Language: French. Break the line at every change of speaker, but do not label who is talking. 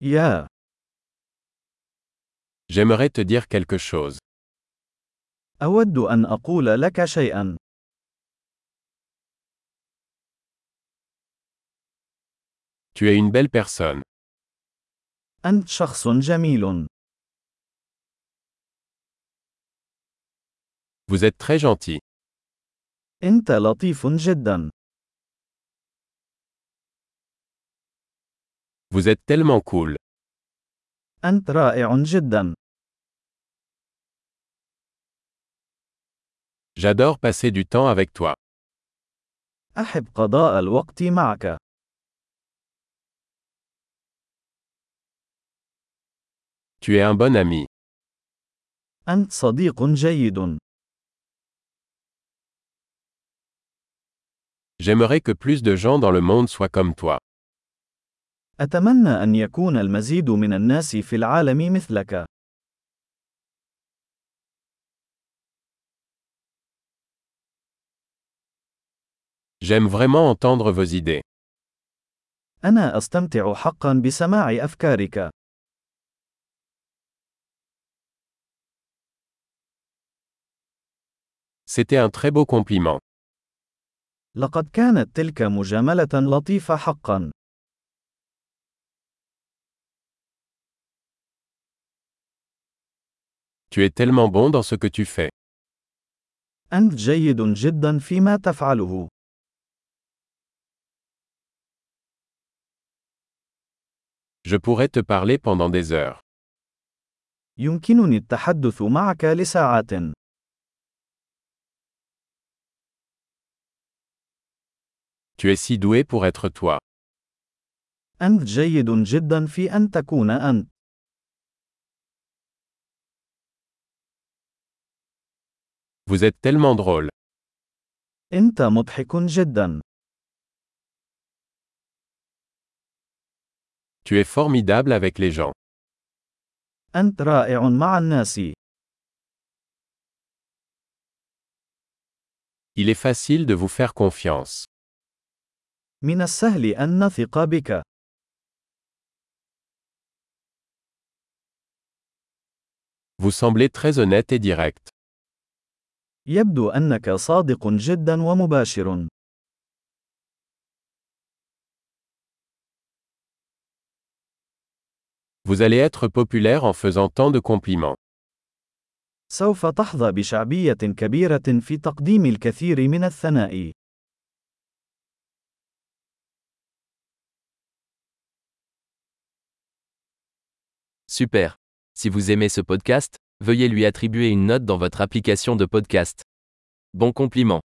Ja,
J'aimerais te dire quelque chose.
أود أن أقول لك شيئا.
Tu es une belle personne.
أنت شخص جميل.
Vous êtes très gentil.
أنت لطيف جدا.
Vous êtes tellement cool.
أنت رائع جدا.
J'adore passer du temps avec toi.
أحب قضاء الوقت معك.
Tu es un bon ami.
أنت صديق جيد.
J'aimerais que plus de gens dans le monde soient comme toi.
أتمنى أن يكون المزيد من الناس في العالم مثلك.
J'aime vraiment entendre vos idées.
أنا أستمتع حقا بسماع أفكارك.
C'était un très beau compliment.
لقد كانت تلك مجاملة لطيفة حقا.
Tu es tellement bon dans ce que tu fais.
أنت جيد جدا فيما تفعله.
Je pourrais te parler pendant des heures.
يمكنني التحدث معك لساعات.
Tu es si doué pour être toi.
أنت جيد جدا في أن تكون أنت.
Vous êtes tellement drôle.
أنت مضحك جدا.
Tu es formidable avec les gens.
أنت رائع مع الناس.
Il est facile de vous faire confiance.
من السهل أن نثق بك.
Vous semblez très honnête et direct.
يبدو أنك صادق جدا ومباشر.
Vous allez être populaire en faisant tant de compliments.
سوف تحظى بشعبية كبيرة في تقديم الكثير من الثناء.
Super. Si vous aimez ce podcast, veuillez lui attribuer une note dans votre application de podcast. Bon compliment.